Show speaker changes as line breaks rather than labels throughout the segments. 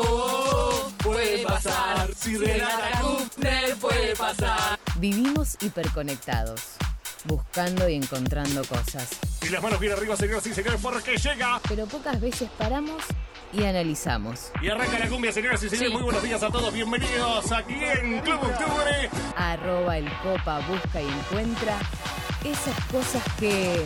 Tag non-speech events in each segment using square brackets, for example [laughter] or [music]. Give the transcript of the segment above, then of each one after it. oh, puede pasar. Si Renata Kuffner puede pasar.
Vivimos hiperconectados, buscando y encontrando cosas,
Y las manos bien arriba, señoras y señores, porque llega.
pero pocas veces paramos y analizamos.
Y arranca la cumbia, señoras y señores. Muy buenos días a todos. Bienvenidos aquí en Club Octubre.
Arroba el copa, busca y encuentra esas cosas que...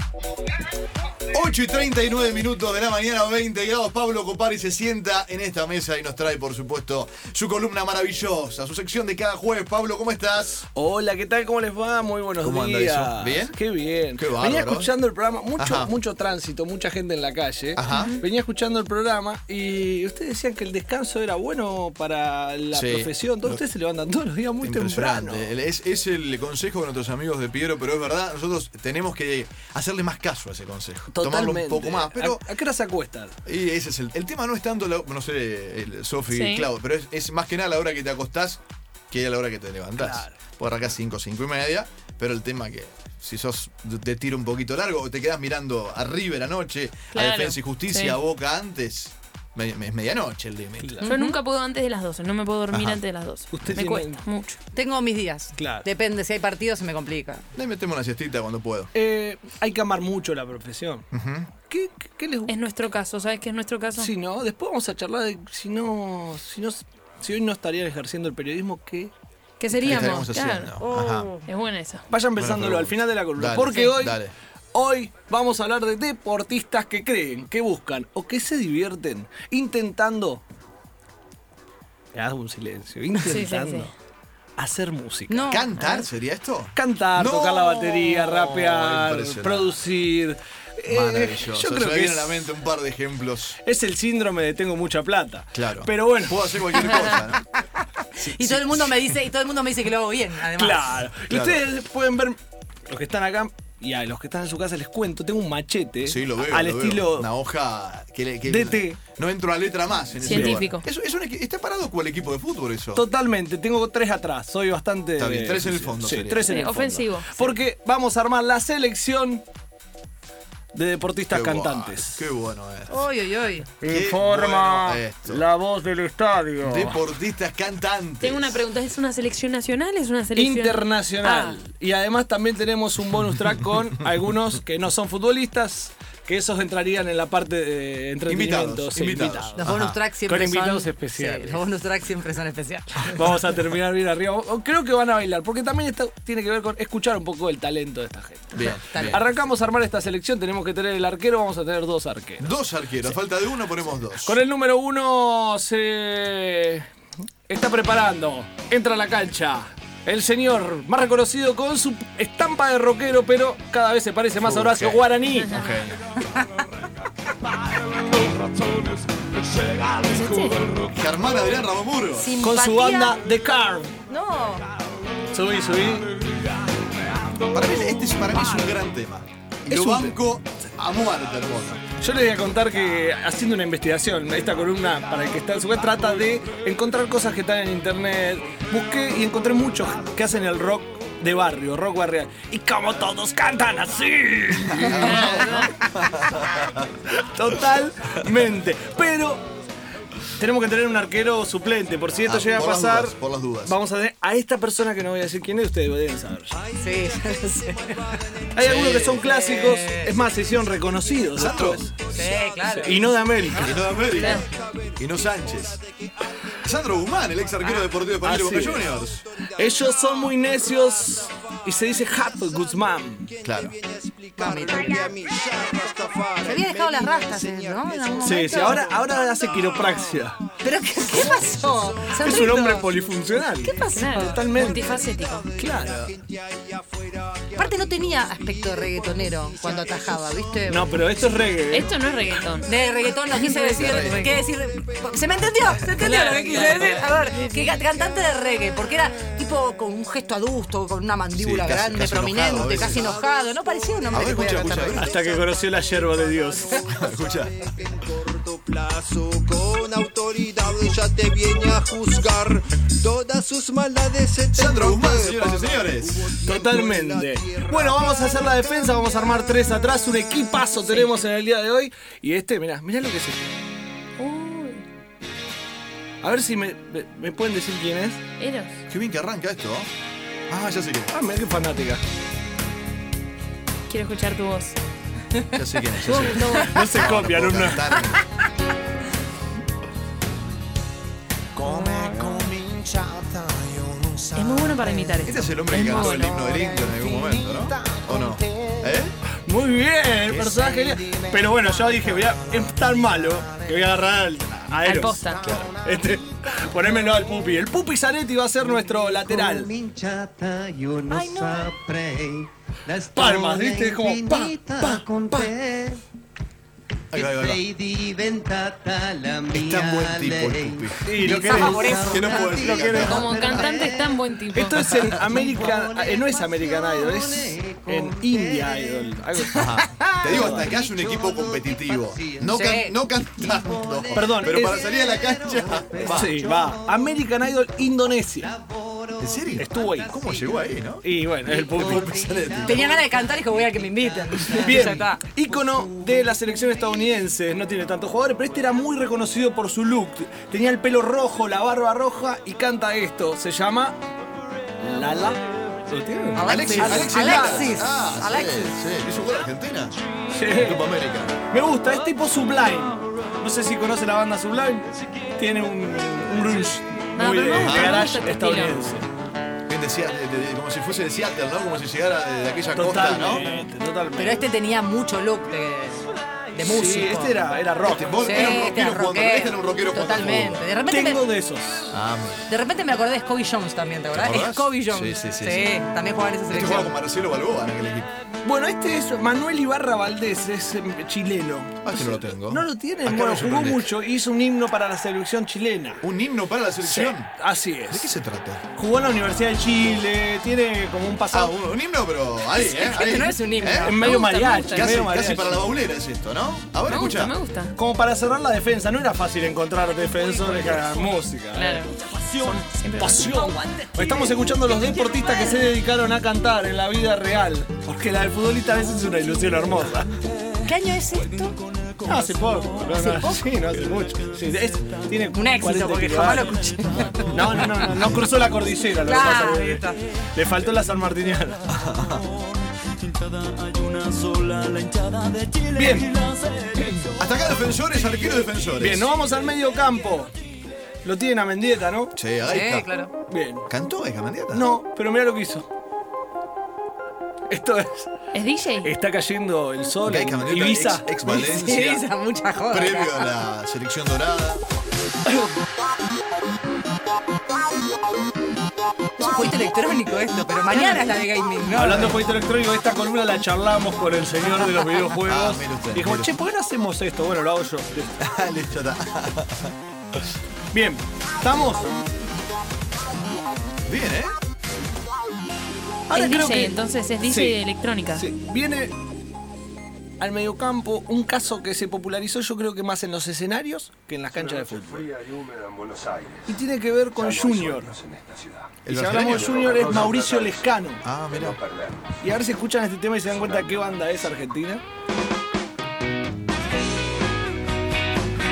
Bien. 8 y 39 minutos de la mañana, 20 grados. Pablo Copari se sienta en esta mesa y nos trae, por supuesto, su columna maravillosa, su sección de cada jueves. Pablo, ¿cómo estás?
Hola, ¿qué tal? ¿Cómo les va? Muy buenos
¿Cómo anda
días.
eso? ¿Bien?
Qué bien.
Qué
Venía
bárbaro.
escuchando el programa,
Ajá.
mucho, mucho tránsito, mucha gente en la calle.
Ajá.
Venía escuchando el programa y ustedes decían que el descanso era bueno para la
Sí. eh.
profesión. Todos ustedes se levantan todos los días muy temprano.
El- Es, es el consejo de nuestros amigos de Piedro, pero es verdad, nosotros tenemos que hacerle más caso a ese consejo. Tomarlo un poco más. Pero
¿A, a qué hora se acuestan?
Y ese es el, el tema no es tanto, la- no sé, el- Sofi
Sí.
y Clau, pero es, es más que nada la hora que te acostás que a la hora que te levantás.
Claro.
Puedes arrancar 5, 5 y media, pero el tema que si sos te tiro un poquito largo o te quedas mirando a River anoche, a
Claro,
Defensa y Justicia,
sí.
a Boca antes, me- me- es medianoche el límite.
Yo nunca puedo antes de las 12, no me puedo dormir
Ajá.
antes de las 12.
Usted
me
tiene-
cuesta mucho.
Tengo mis días.
Claro.
Depende, si hay partidos se me complica.
Le metemos una siestita cuando puedo.
Eh, hay que amar mucho la profesión. ¿Qué, qué- qué les gusta?
Es nuestro caso, ¿sabes qué es nuestro caso?
Si no, después vamos a charlar de si no, si no, si hoy no estarían ejerciendo el periodismo, ¿qué
¿Qué
¿Qué
seríamos?
estaremos
Claro.
Oh.
haciendo? Ajá.
Es buena esa.
Vayan pensándolo
pregunta.
al final de la columna.
Dale,
porque
sí,
hoy,
dale.
hoy vamos a hablar de deportistas que creen, que buscan o que se divierten intentando. Me hago un silencio. Intentando
sí.
hacer música.
No.
Ah.
¿Cantar sería esto?
Cantar,
No.
tocar la batería, rapear,
Impresionante.
producir. Eh,
Maravilloso.
yo
Se
creo
me
que
vienen
es,
a la mente un par de ejemplos.
es el síndrome de tengo mucha plata.
Claro.
Pero bueno.
Puedo hacer cualquier
[laughs]
cosa, ¿no?
Y todo el mundo me dice, y todo el mundo me dice que lo hago bien, además.
Claro. Y
Claro.
ustedes pueden ver, los que están acá y a los que están en su casa les cuento, tengo un machete
Sí, lo veo.
al
lo veo.
estilo
Una hoja que, le- que
DT.
no entro a letra más. en ese
Científico.
lugar. Es, es un equi- está parado cual equipo de fútbol eso.
Totalmente, tengo tres atrás, soy bastante...
Está bien, tres en el fondo
Sí,
sería.
tres en
Sí,
el fondo.
ofensivo.
Porque vamos a armar la selección de deportistas
Qué guay,
cantantes. Oh.
qué bueno eh. es.
Hoy, hoy, hoy.
Qué Informa bueno esto. la
voz del estadio.
Deportistas cantantes.
Tengo una pregunta, ¿es una selección nacional? ¿Es una selección
Internacional. Y además también tenemos un bonus track con [laughs] algunos que no son futbolistas, que esos entrarían en la parte de entretenimiento.
Invitados,
sí,
invitados.
Los
Ajá.
bonus tracks siempre
Con
son.
invitados especiales.
Sí, los bonus tracks siempre son especiales.
Vamos a terminar bien arriba. O- Creo que van a bailar, porque también está- tiene que ver con escuchar un poco el talento de esta gente.
Bien,
Tal-
bien.
Arrancamos a armar esta selección, tenemos que tener el arquero, vamos a tener dos arqueros.
Dos arqueros. Falta de uno, ponemos dos.
Con el número uno se está preparando, entra a la cancha. El señor, más reconocido con su estampa de rockero, pero cada vez se parece más a Horacio
Ok.
Guaraní.
Germán Adrián Ramamuro.
Ah.
Con su banda The Carve.
No.
Subí, subí.
Para mí, este es, para mí es un gran tema.
Es
Lo
un
banco a muerte, hermano.
[laughs]
Yo les voy a contar que haciendo una investigación, esta columna para el que está en su casa trata de encontrar cosas que están en internet. Busqué y encontré muchos que hacen el rock de barrio, rock barrial. Y como todos cantan así. Totalmente. Pero tenemos que tener un arquero suplente. Por si esto
Ah,
llega a
por las
pasar.
dudas, por las dudas.
Vamos a tener a esta persona que no voy a decir quién es, ustedes deben saber.
Sí, ya lo sé.
Hay algunos que son clásicos, es más, se hicieron reconocidos después.
[laughs] Sí, claro.
Y no de América.
Y no de América. Y no Sánchez. Sandro Guzmán, el ex arquero deportivo de Palmeiras
Así
Boca
es.
Juniors.
Ellos son muy necios y se dice Hato Guzmán.
Claro.
Se había dejado las rastas, él, ¿no? En algún
Sí,
momento.
sí, ahora, ahora hace quiropraxia.
¿Pero qué, qué pasó? Son
Es un hombre
ricos.
polifuncional.
¿Qué pasó?
Claro,
Totalmente.
Multifacético.
Claro.
Aparte no tenía aspecto de reggaetonero cuando atajaba, ¿viste?
No, pero esto es reggae. ¿eh?
Esto no es reggaetón.
De reggaetón no quise decir,
Reggae.
qué decir. Se me entendió, se entendió lo que quise decir. A ver, que ca- cantante de reggae, porque era tipo con un gesto adusto, con una mandíbula
Sí, casi-
grande,
casi
prominente,
enojado a veces.
casi enojado. No parecía un
A
hombre que
ver,
podía
escucha, [laughs]
cantar
escucha,
reggae.
Hasta que conoció la yerba de Dios.
Escucha.
En corto plazo con autoridad. autoridad ella te viene a juzgar. Todas sus maldades se te
Sandro Guzmán,
rompen.
señoras y señores.
Totalmente. Bueno, vamos a hacer la defensa, vamos a armar tres atrás, un equipazo tenemos en el día de hoy. Y este, mirá, mirá lo que es este.
Uy,
A ver si me, me- me pueden decir quién es.
Eros.
Qué bien que arranca esto. Ah, ya sé quién.
Ah, mirá qué fanática.
Quiero escuchar tu voz.
Ya sé quién es. Ya sé quién es.
No se [laughs] copia,
puedo
alumno.
cantar.
Come cominciata, io non so.
Es muy bueno para imitar
Este
esto.
es eh. el hombre que cantó el himno del indio en algún momento, ¿no? ¿O no? ¿Eh?
Muy bien, el personaje genial. Pero bueno, yo dije, voy a, es tan malo que voy a agarrar al, a
Al
Eros.
posta.
Este, ponémelo al Pupi. El Pupi Zanetti va a ser nuestro lateral.
Cominciata io non saprei la
Palmas,
storia
viste? Como pa,
infinita
pa,
con
pa.
te
Ahí
che
va, ahí va, ahí va.
sei diventata la
Es tan
mía
buen tipo el
lei.
Pupi.
Y lo que
Zafa por
es.
eso.
Que no puedo decir
Lo
que
querés.
no.
Como cantante es tan buen tipo.
Esto es el American. eh, no es American Idol, es en India Idol. Algo así.
Te digo, hasta acá es un equipo competitivo. No,
Sí.
can- no cantando.
Perdón,
Pero
es-
para salir a la cancha. [laughs] va.
Sí, va. American Idol Indonesia.
¿En serio?
Estuvo ahí.
¿Cómo llegó ahí, no?
Y bueno, es el Pupi.
Tenía ganas de cantar y dije, voy a que me inviten. Ya
Bien,
está.
ícono de la selección estadounidense, no tiene tantos jugadores, pero este era muy reconocido por su look. Tenía el pelo rojo, la barba roja y canta esto. Se llama Lala. ¿Lo tiene?
Alexis.
Alexis.
Alexis.
Ah, sí,
Alexis.
sí. ¿Hizo gol a Argentina?
Sí.
Copa América.
Me gusta, es tipo Sublime. No sé si conoce la banda Sublime. Tiene un, un grunge
No,
muy de
pero me gusta, me gusta
garage
tu
estadounidense.
Bien decía, de- de- como si fuese de Seattle, ¿no? Como si llegara eh, de, de aquella costa, ¿no?
Totalmente, totalmente.
Pero este tenía mucho look de, de
Sí,
músico.
este era, era rock.
Este, vos
Sí,
era un
este
rockero
era
jugando,
rockero.
este era un rockero jugando al
Totalmente.
fútbol.
De repente,
Tengo
me,
de esos.
Ah,
de repente me acordé de Scobie Jones también, ¿te acordás?
¿Te acordás?
Scobie Jones.
Sí, sí, sí, sí.
también jugaba en esa
este jugaba con
selección.
Marcelo Balboa en aquel equipo.
Bueno, este es Manuel Ibarra Valdés, es eh, chileno.
Ah, este no lo tengo.
Oh. No lo tienen.
Acá
bueno,
me
jugó
sorprendiste.
mucho y hizo un himno para la selección chilena.
Un himno para la selección.
Así
¿De qué
es.
se trata?
Jugó en la Universidad de Chile, tiene como un
Ah,
pasado
un, un himno, pero ahí, ¿eh? Ahí.
este no es un himno.
en medio
me gusta,
mariachi.
me
¿eh?
gusta.
en
Casi,
medio
casi
mariachi.
para la baulera es esto, ¿no? A ver,
Me
escucha.
gusta, me gusta.
Como para cerrar la defensa, no era fácil encontrar defensores que hagan música.
Claro.
Pasión, pasión. Estamos escuchando a los deportistas que se dedicaron a cantar en la vida real. Porque la del futbolista a veces es una ilusión hermosa.
¿Qué año es este? esto?
No, hace poco. No, no, Sí, no hace mucho. Sí, es- tiene
Un éxito,
40
porque
kilovatios.
jamás lo escuché.
No, no, no, no, no cruzó la cordillera. Lo que
Claro,
pasa que
ahí está.
le faltó la San Martiniana. [laughs] Bien,
Hasta acá defensores, arquero defensores.
bien, nos vamos al medio campo. Lo tienen a Mendieta, ¿no?
Sí, ahí
Sí,
está.
claro.
Bien.
¿Cantó Gaika Mendieta?
No, pero mira lo que hizo. Esto es.
¿Es DJ?
Está cayendo el sol.
Gaika
en
Mendieta,
Ibiza.
ex, ex
Sí,
Valencia,
esa mucha joda.
previo a la selección dorada.
Es un jueguito electrónico esto, pero mañana es la de gaming, ¿no?
[laughs] Hablando de jueguito electrónico, esta columna la charlamos con el señor de los
Ah,
videojuegos.
mire usted,
y dijo,
mire
che, ¿por qué no hacemos esto? Bueno, lo hago yo.
Dale, ya está.
Bien, ¿estamos?
Bien, ¿eh?
Ahora
es
creo
DJ,
que-
entonces es DJ
Sí.
de electrónica.
Sí, viene al mediocampo un caso que se popularizó yo creo que más en los escenarios que en las canchas de fútbol. Y tiene que ver con Junior. Y si hablamos de Junior es Mauricio Lescano.
Ah, mira.
Y a ver si escuchan este tema y se dan cuenta qué banda es Argentina.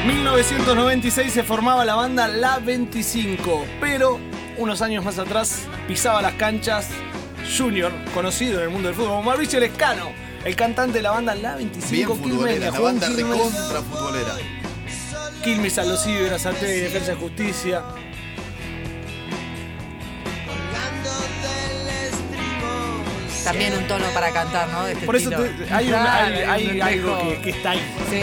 1996 se formaba la banda La 25, pero unos años más atrás pisaba las canchas Junior, conocido en el mundo del fútbol como Mauricio Lescano, el cantante de la banda La 25
Bien
Quilmes,
futbolera, la
jugó en
banda
Quilmes,
recontra futbolera. ¿Este
Quilmes a los Iberas, a Tevez, Defensa y Justicia.
También un tono para cantar, ¿no? De este
Por eso
estilo.
te- hay, un- hay-
Claro,
hay
un
algo
reflejo.
que, que está ahí.
Sí.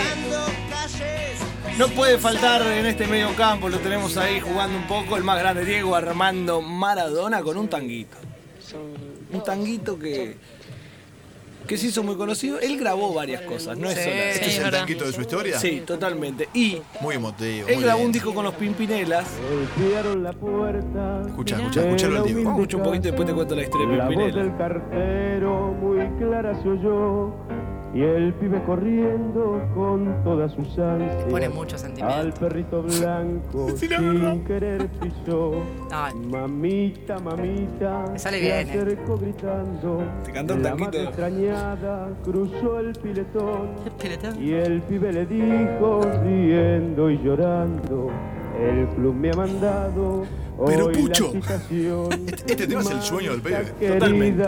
No puede faltar en este medio campo, lo tenemos ahí jugando un poco, el más grande Diego Armando Maradona con un tanguito. Un tanguito que, que se hizo muy conocido. Él grabó varias cosas, no es
Sí.
solo.
¿Este
eso.
es
es el
verdad.
tanquito de su historia?
Sí, totalmente. Y
Muy emotivo.
él
muy
grabó un
lindo.
disco con los Pimpinelas.
Escucha, escucha, escuchalo al Diego.
Escucha un poquito y después te cuento la historia de Pimpinela.
cartero muy clara se oyó Y el pibe corriendo con toda su ansias.
pone mucho sentimiento.
Al perrito blanco
[laughs]
sin querer pisó. Mamita, mamita.
Me sale bien, eh.
Se acercó gritando.
Te canta un
La madre
tanquito.
extrañada cruzó el piletón. Y el pibe le dijo, riendo y llorando. El club me ha mandado.
Pero,
hoy la
Pucho,
citación.
[laughs] Este, este tema es el sueño del pibe.
Querida,
Totalmente.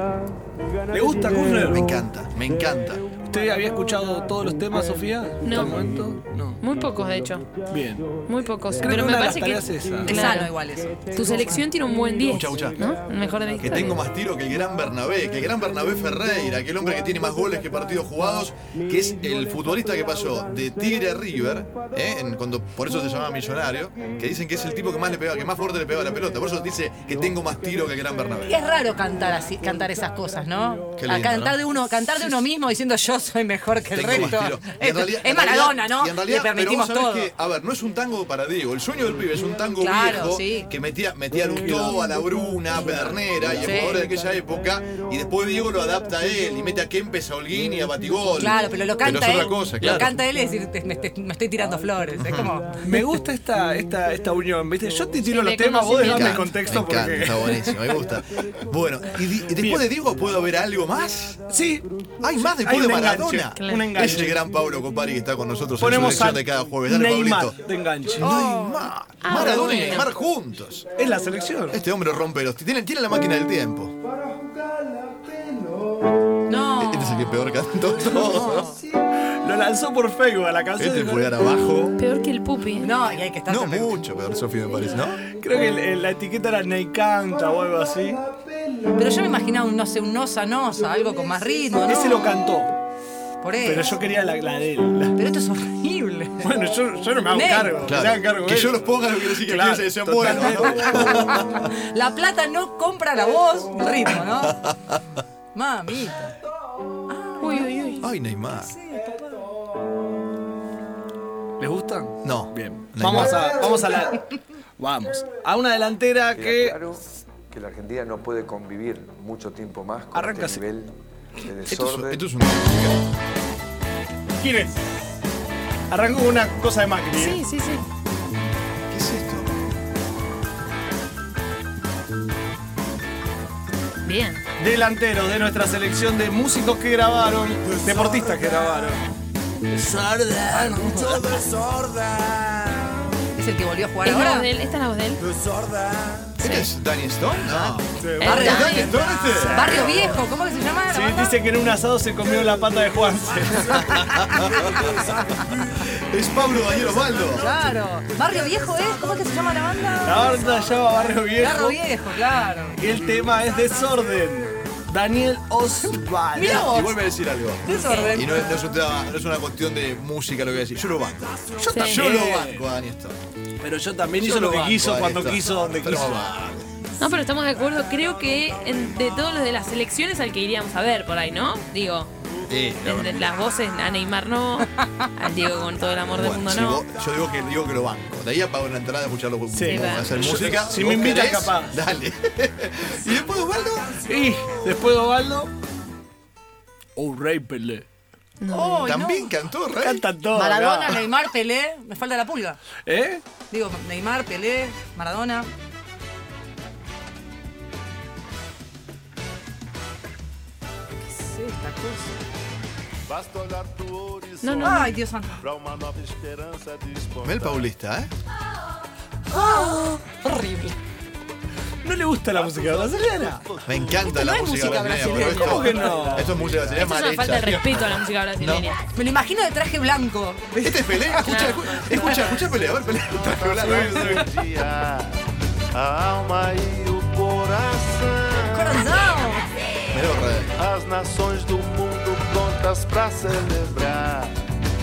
gana
¿Le gusta
dinero.
Kushner?
Me encanta, me encanta.
¿Usted había escuchado todos los temas, Sofía? ¿Hasta
No.
el momento? No.
Muy pocos, de hecho.
Bien.
Muy pocos.
Creo que
Pero me
una de
parece que.
las tareas es esa.
Es
Claro.
sano igual eso.
Tu selección tiene un buen 10.
Escuchá, escuchá.
¿No? El Mejor de la
Que
historia.
tengo más tiro que el gran Bernabé, que el gran Bernabé Ferreira, que el hombre que tiene más goles que partidos jugados, que es el futbolista que pasó de Tigre a River, ¿eh? En- cuando, por eso se llamaba Millonario, que dicen que es el tipo que más le pega, que más fuerte le pega la pelota. Por eso dice que tengo más tiro que el gran Bernabé.
Y es raro cantar así, cantar esas cosas, ¿no?
Qué lindo,
A cantar
¿no?
de uno, cantar de uno mismo diciendo yo soy mejor que el
Tengo más
resto.
tiro. Y
Es,
en realidad-
es
en realidad-
Maradona, ¿no?
y en realidad,
Le permitimos
pero vos
todo.
sabés que, a ver, no es un tango para Diego. El sueño del pibe es un tango
Claro,
viejo
sí.
que metía, metía a Lustó, a la Bruna, a Pedernera y a
Sí.
jugadores de aquella época. Y después Diego lo adapta a él y mete a Kempes, a Holguín y a Batigol.
Claro, pero lo canta
Pero es
él.
otra cosa,
Lo
claro. Ah.
canta él y decir, te- me, te- me estoy tirando flores. Es
[laughs]
como.
Me gusta esta, esta, esta unión, ¿viste? Yo te tiro los
Sí, de
temas, vos
conocimiento.
dame
Me encanta,
el contexto
me encanta,
porque.
Está buenísimo, me gusta. Bueno, y, di- y después de Diego, ¿puedo haber algo más?
Sí,
Hay más después
hay
de
un enganche.
Maradona.
Un
Es el
enganche.
gran Pablo Copari que está con nosotros en
Ponemos
su
a
elección de Ah. cada jueves. Dale,
Neymar
Pablito.
de enganche.
Neymar.
Ah,
Maradona y Neymar juntos.
Es la selección.
Este hombre rompe los. Tiene, tiene la máquina del tiempo.
No.
Este es el que [laughs] peor cantó todo.
Lo lanzó por Facebook a la canción.
Este pulgar abajo.
Peor que el pupi.
No, y hay que estar.
No
perfecto.
mucho peor, Sofi, me parece, ¿no?
Creo que el- el- la etiqueta era Ney Canta o algo así.
Pero yo me imaginaba un no sé, un nosa nosa, algo con más ritmo, ¿no?
Ese lo cantó,
Por eso.
pero
Pero,
yo quería la, la de él. La-
esto es horrible.
Bueno, yo, yo no me hago
Ney.
cargo. que se hagan cargo
Que
él.
yo los ponga no quiere decir que
Claro,
piense que sean buenos. ¿no?
La plata no compra la voz, el ritmo, ¿no? Mamita.
Uy, uy, uy.
Ay, Neymar.
¿Les gusta?
No.
Bien.
Neymar.
Vamos a, vamos a la. Vamos. A una delantera que.
Claro que la Argentina no puede convivir mucho tiempo más con
Arranca así.
este nivel de
Esto es,
desorden.
esto es un.
¿Quién es? Arrancó con una cosa de Macri. ¿eh?
Sí, sí, sí.
¿Qué es esto?
Bien.
Delanteros de nuestra selección de músicos que grabaron, deportistas que grabaron.
¿Es el que volvió a jugar
¿Es la
ahora?
voz de él? ¿Esta es la voz de él?
¿Este es Danny Stone?
Ah.
No.
Barrio-
¿Es Danny Stone este?
Barrio Viejo, ¿cómo que se llama? la
Sí,
banda?
dice que en un asado se comió la pata de Juanse.
Es Pablo Daniel Osvaldo.
Claro. Barrio Viejo es, ¿cómo es que se llama la
La
banda?
banda se llama Barrio
Barrio
Viejo
Viejo, claro.
y el tema es Desorden. Daniel Osvaldo.
Mirá vos.
Y vuelve a decir algo.
Desorden.
Y no es, no es un tema- no es una cuestión de música lo que voy a decir. Yo lo banco. Yo,
Sí.
yo lo banco a Danny Stone.
Pero Eh. yo también
Yo
hizo lo que
banco a
quiso,
Danny
cuando
Stone.
quiso, donde
Pero
quiso.
banco.
No, pero estamos de acuerdo. Creo que en- de todos los de las selecciones al que iríamos a ver por ahí, ¿no? Digo,
Eh, la
de- de
banco.
las voces a Neymar
[laughs]
no, al Diego con todo el amor del
Bueno,
mundo
si
no.
vos- yo digo que, digo que lo banco. De ahí apago la entrada de escucharlo con
Sí.
con- hacer
Yo-
música.
si
¿Vos
me invitan,
querés?
capaz.
Dale. [laughs] y después Osvaldo.
Pues
Y después de Osvaldo. Oh, Rey Pelé.
Mm,
Oh,
También cantó, Rey.
Cantan
no.
todos.
Maradona,
¿no?
Neymar, Pelé. Me falta la pulga.
¿Eh?
Digo, Neymar, Pelé, Maradona.
No, no, no.
Ay, Dios santo.
Mel Paulista, ¿eh?
Horrible.
No le gusta la música brasileña.
Me encanta la
no es
música
música
brasileña. pero
brasileña.
esto-
¿Cómo que no?
Esto es música brasileña
Esto es
mal
una falta de
hecha.
respeto a la música brasileña.
Me lo imagino de traje blanco.
Este es Pelé, escucha, escu- escucha, escucha Pelé, a ver
[laughs]
Pelé. Está hablando.
A alma e o coração.
Corazón.
Me lo re-
As nações do mundo prontas pra celebrar.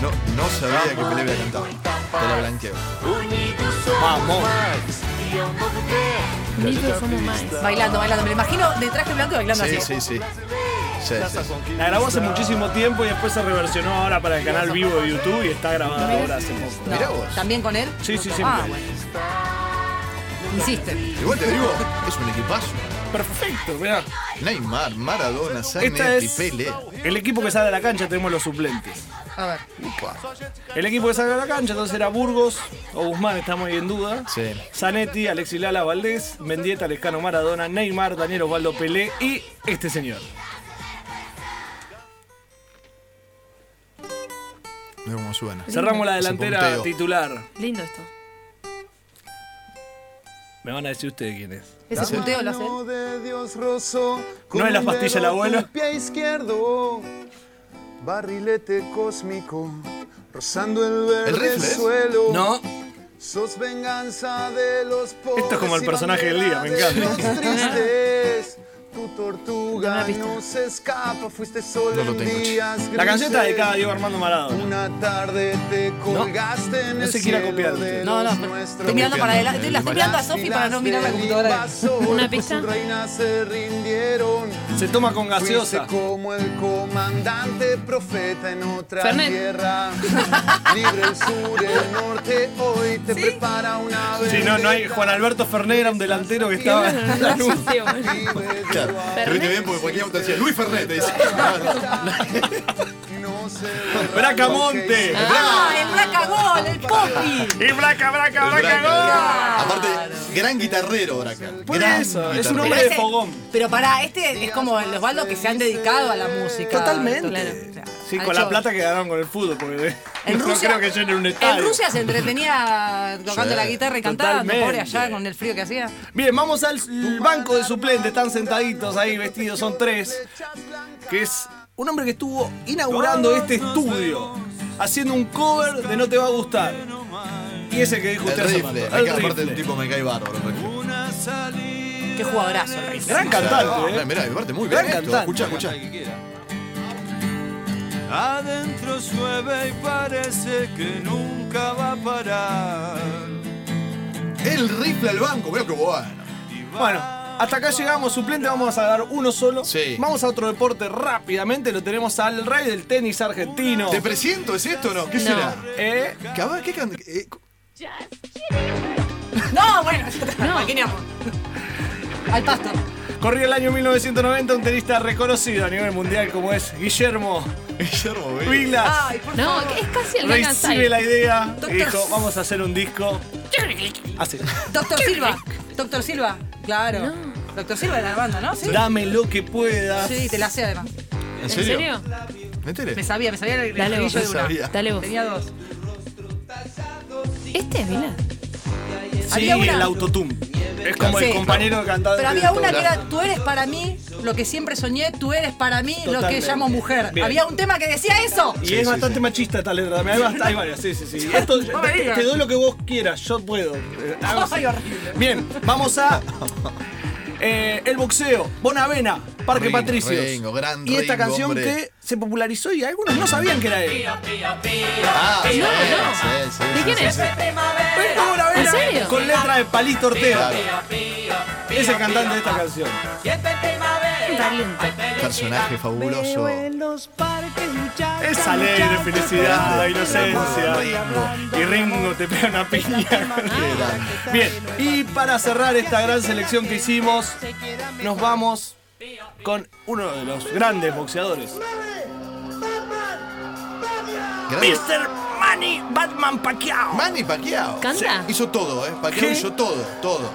No, no sabía que Pelé había cantado. Te la blanqueo.
Unidos somos mais. E é um novo tempo
Unidos somos más.
Bailando, bailando. Me lo imagino de traje blanco y bailando
Sí,
así.
sí, sí. Sí, sí,
dessa
sí.
La grabó hace
conquista.
muchísimo tiempo y después se reversionó ahora para el canal vivo de YouTube y está grabada ahora hace poco.
No,
Mirá vos.
¿También con él?
Sí, sí, siempre.
Ah, bueno. Insiste.
Igual te digo, es un equipazo.
perfecto, mirá.
Neymar, Maradona, Zanetti, Pele.
El equipo que sale a la cancha tenemos los suplentes.
A ver.
El equipo que sale a la cancha, entonces era Burgos o Guzmán, estamos ahí en duda.
Sí.
Zanetti, Alexis Lala Valdés, Mendieta, Lescano Maradona, Neymar, Daniel Osvaldo Pelé y este señor.
Mira cómo suena.
Cerramos la
Ese
delantera
punteo.
titular.
Lindo esto.
Me van a decir ustedes quién es.
Ese punteo lo hace.
No es la pastilla del abuelo.
Pie izquierdo, barrilete cósmico, rozando el verde
¿El rifle es?
suelo.
No.
Sos venganza de los pobres.
Esto es como el
y
personaje del día, me
bandera de
encanta.
los tristes. Tu tortuga no se escapa, fuiste solo
No lo tengo,
en
che.
días grises.
La canción está dedicada a Diego Armando Maradona.
Una tarde te colgaste en
No
el
se quiera
cielo
copiar
de
usted.
No, no,
los
pero
nuestros.
estoy mirando para adelante, la estoy mirando a Sofi para no mirar la computadora.
Una pista.
reinas se rindieron.
Se toma con gaseosa.
Fuiste como el comandante profeta en otra
Fernet.
tierra. Libre el sur, el norte, hoy te prepara una vez.
Si no, no hay. Juan Alberto Ferner era un delantero que estaba.
Claro. Te viste bien porque cualquier auto decía Luis Fernet. te [laughs] dice.
¡Bracamonte!
¡Ah! ¡El Bracagol! ¡El Popi!
¡Y Braca, Braca,
Braca,
Braca,
Aparte, gran guitarrero, Braca.
Por
Gran
eso, es un
guitarrero.
hombre de fogón.
Pero pará, este es como los baldos que se han dedicado a la música.
Totalmente.
Claro.
Sí,
Al
con la
show.
plata que ganaron con el fútbol, porque
En
no
Rusia-
creo que llenen un estadio.
En Rusia se entretenía tocando
Sí.
la guitarra y cantando,
Totalmente.
pobre allá con el frío que hacía.
Bien, vamos al banco de suplentes, están sentaditos ahí vestidos, son tres. Que es un hombre que estuvo inaugurando este estudio, haciendo un cover de No Te Va a Gustar. Y ese que dijo
El
usted hace
rifle.
rato,
Acá,
el
aparte,
rifle.
el tipo me cae bárbaro. el rifle.
Qué jugadorazo el Riff.
Gran cantante,
Mirá,
eh.
Mirá, aparte, muy bien.
Gran
esto.
cantante.
Escuchá, escuchá.
Adentro llueve y parece que nunca va a parar.
El rifle al banco, veo que bueno.
Bueno, hasta acá llegamos, suplente, vamos a dar uno solo. Vamos a otro deporte rápidamente, lo tenemos al rey del tenis argentino.
¿Te presiento? ¿Es esto o no? ¿Qué
No.
será?
¿Eh?
Cabal, ¿Qué can- eh,
No, bueno, maquineamos. Al pasto.
Corría el año 1990 un tenista reconocido a nivel mundial como es [laughs] Guillermo
Guillermo
Vilas.
Ay, por No, favor. es casi el Gangnam
Recibe
Style.
la idea y
Ah, Doctor-
dijo, vamos a hacer un disco. Así.
Doctor Silva. Doctor Silva. Claro. Doctor Silva de la banda, ¿no? Sí.
Dame lo que puedas.
Sí, te la sé además.
¿En serio? Métele.
Me sabía, me sabía el
Dale
Dale
vos.
de
Me
una.
sabía.
Dale vos.
Tenía dos.
¿Este es Vila?
Sí,
Había una-
el autotune. Es como
Sí.
el compañero de cantante.
Pero había
de
una que
Tola.
era, tú eres para mí lo que siempre soñé, tú eres para mí lo que
Totalmente.
llamo mujer.
Bien.
Había un tema que decía eso.
Y es bastante machista esta letra también. Hay, bast- hay varias, sí, sí, sí. Esto-
No me
te,
digas.
te doy lo que vos quieras, yo puedo. Eh, hago así.
Ay, horrible.
Bien, vamos a. eh, el boxeo, Bonavena, Parque
Ringo,
Patricios.
Ringo, gran
y esta
Ringo,
canción
hombre.
que se popularizó y algunos no sabían que era él.
Ah, sí, sí,
No,
sí, sí, sí, sí.
Ringo Bonavena,
¿En serio?
Con letra de Palito Ortega. Es el cantante de esta canción.
Personaje fabuloso.
Eh.
Es alegre, felicidad,
Grande.
inocencia. Y Ringo te pega una piña. Bien, y para cerrar esta gran selección que hicimos, nos vamos con uno de los grandes boxeadores.
Grande.
Mr. Manny Batman Pacquiao.
Manny Pacquiao.
¿Canta?
Sí. Hizo todo, ¿eh? Pacquiao
¿Qué?
hizo todo, todo.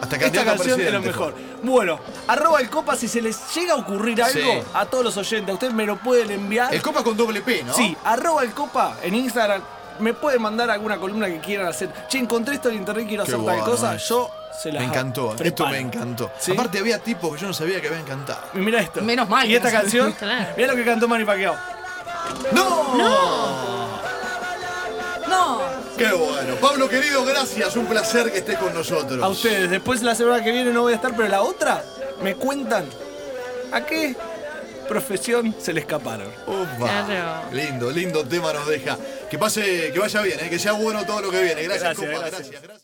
Hasta que
Esta canción es lo mejor. Bueno, arroba el copa si se les llega a ocurrir algo
Sí.
a todos los oyentes. Ustedes me lo pueden enviar.
El copa con doble P, ¿no?
Sí, arroba el copa en Instagram. Me pueden mandar alguna columna que quieran hacer. Che, encontré esto en internet, quiero
Qué
hacer
bueno,
tal cosa.
eh.
Yo se las
Me encantó, esto
preparo.
me encantó.
Sí.
Aparte había tipos que yo no sabía que habían cantado.
Y Mira esto.
Menos mal
Y
que
esta
no se-
canción.
Claro.
Mira lo que cantó Manny Pacquiao.
¡No!
No.
¡Qué bueno! Pablo querido, gracias, un placer que estés con nosotros.
A ustedes. Después la semana que viene no voy a estar, pero la otra me cuentan a qué profesión se le escaparon.
Upa. Lindo, lindo tema nos deja. Que pase, que vaya bien, ¿eh? que sea bueno todo lo que viene. Gracias,
Gracias,
Copa,
gracias.
gracias. gracias.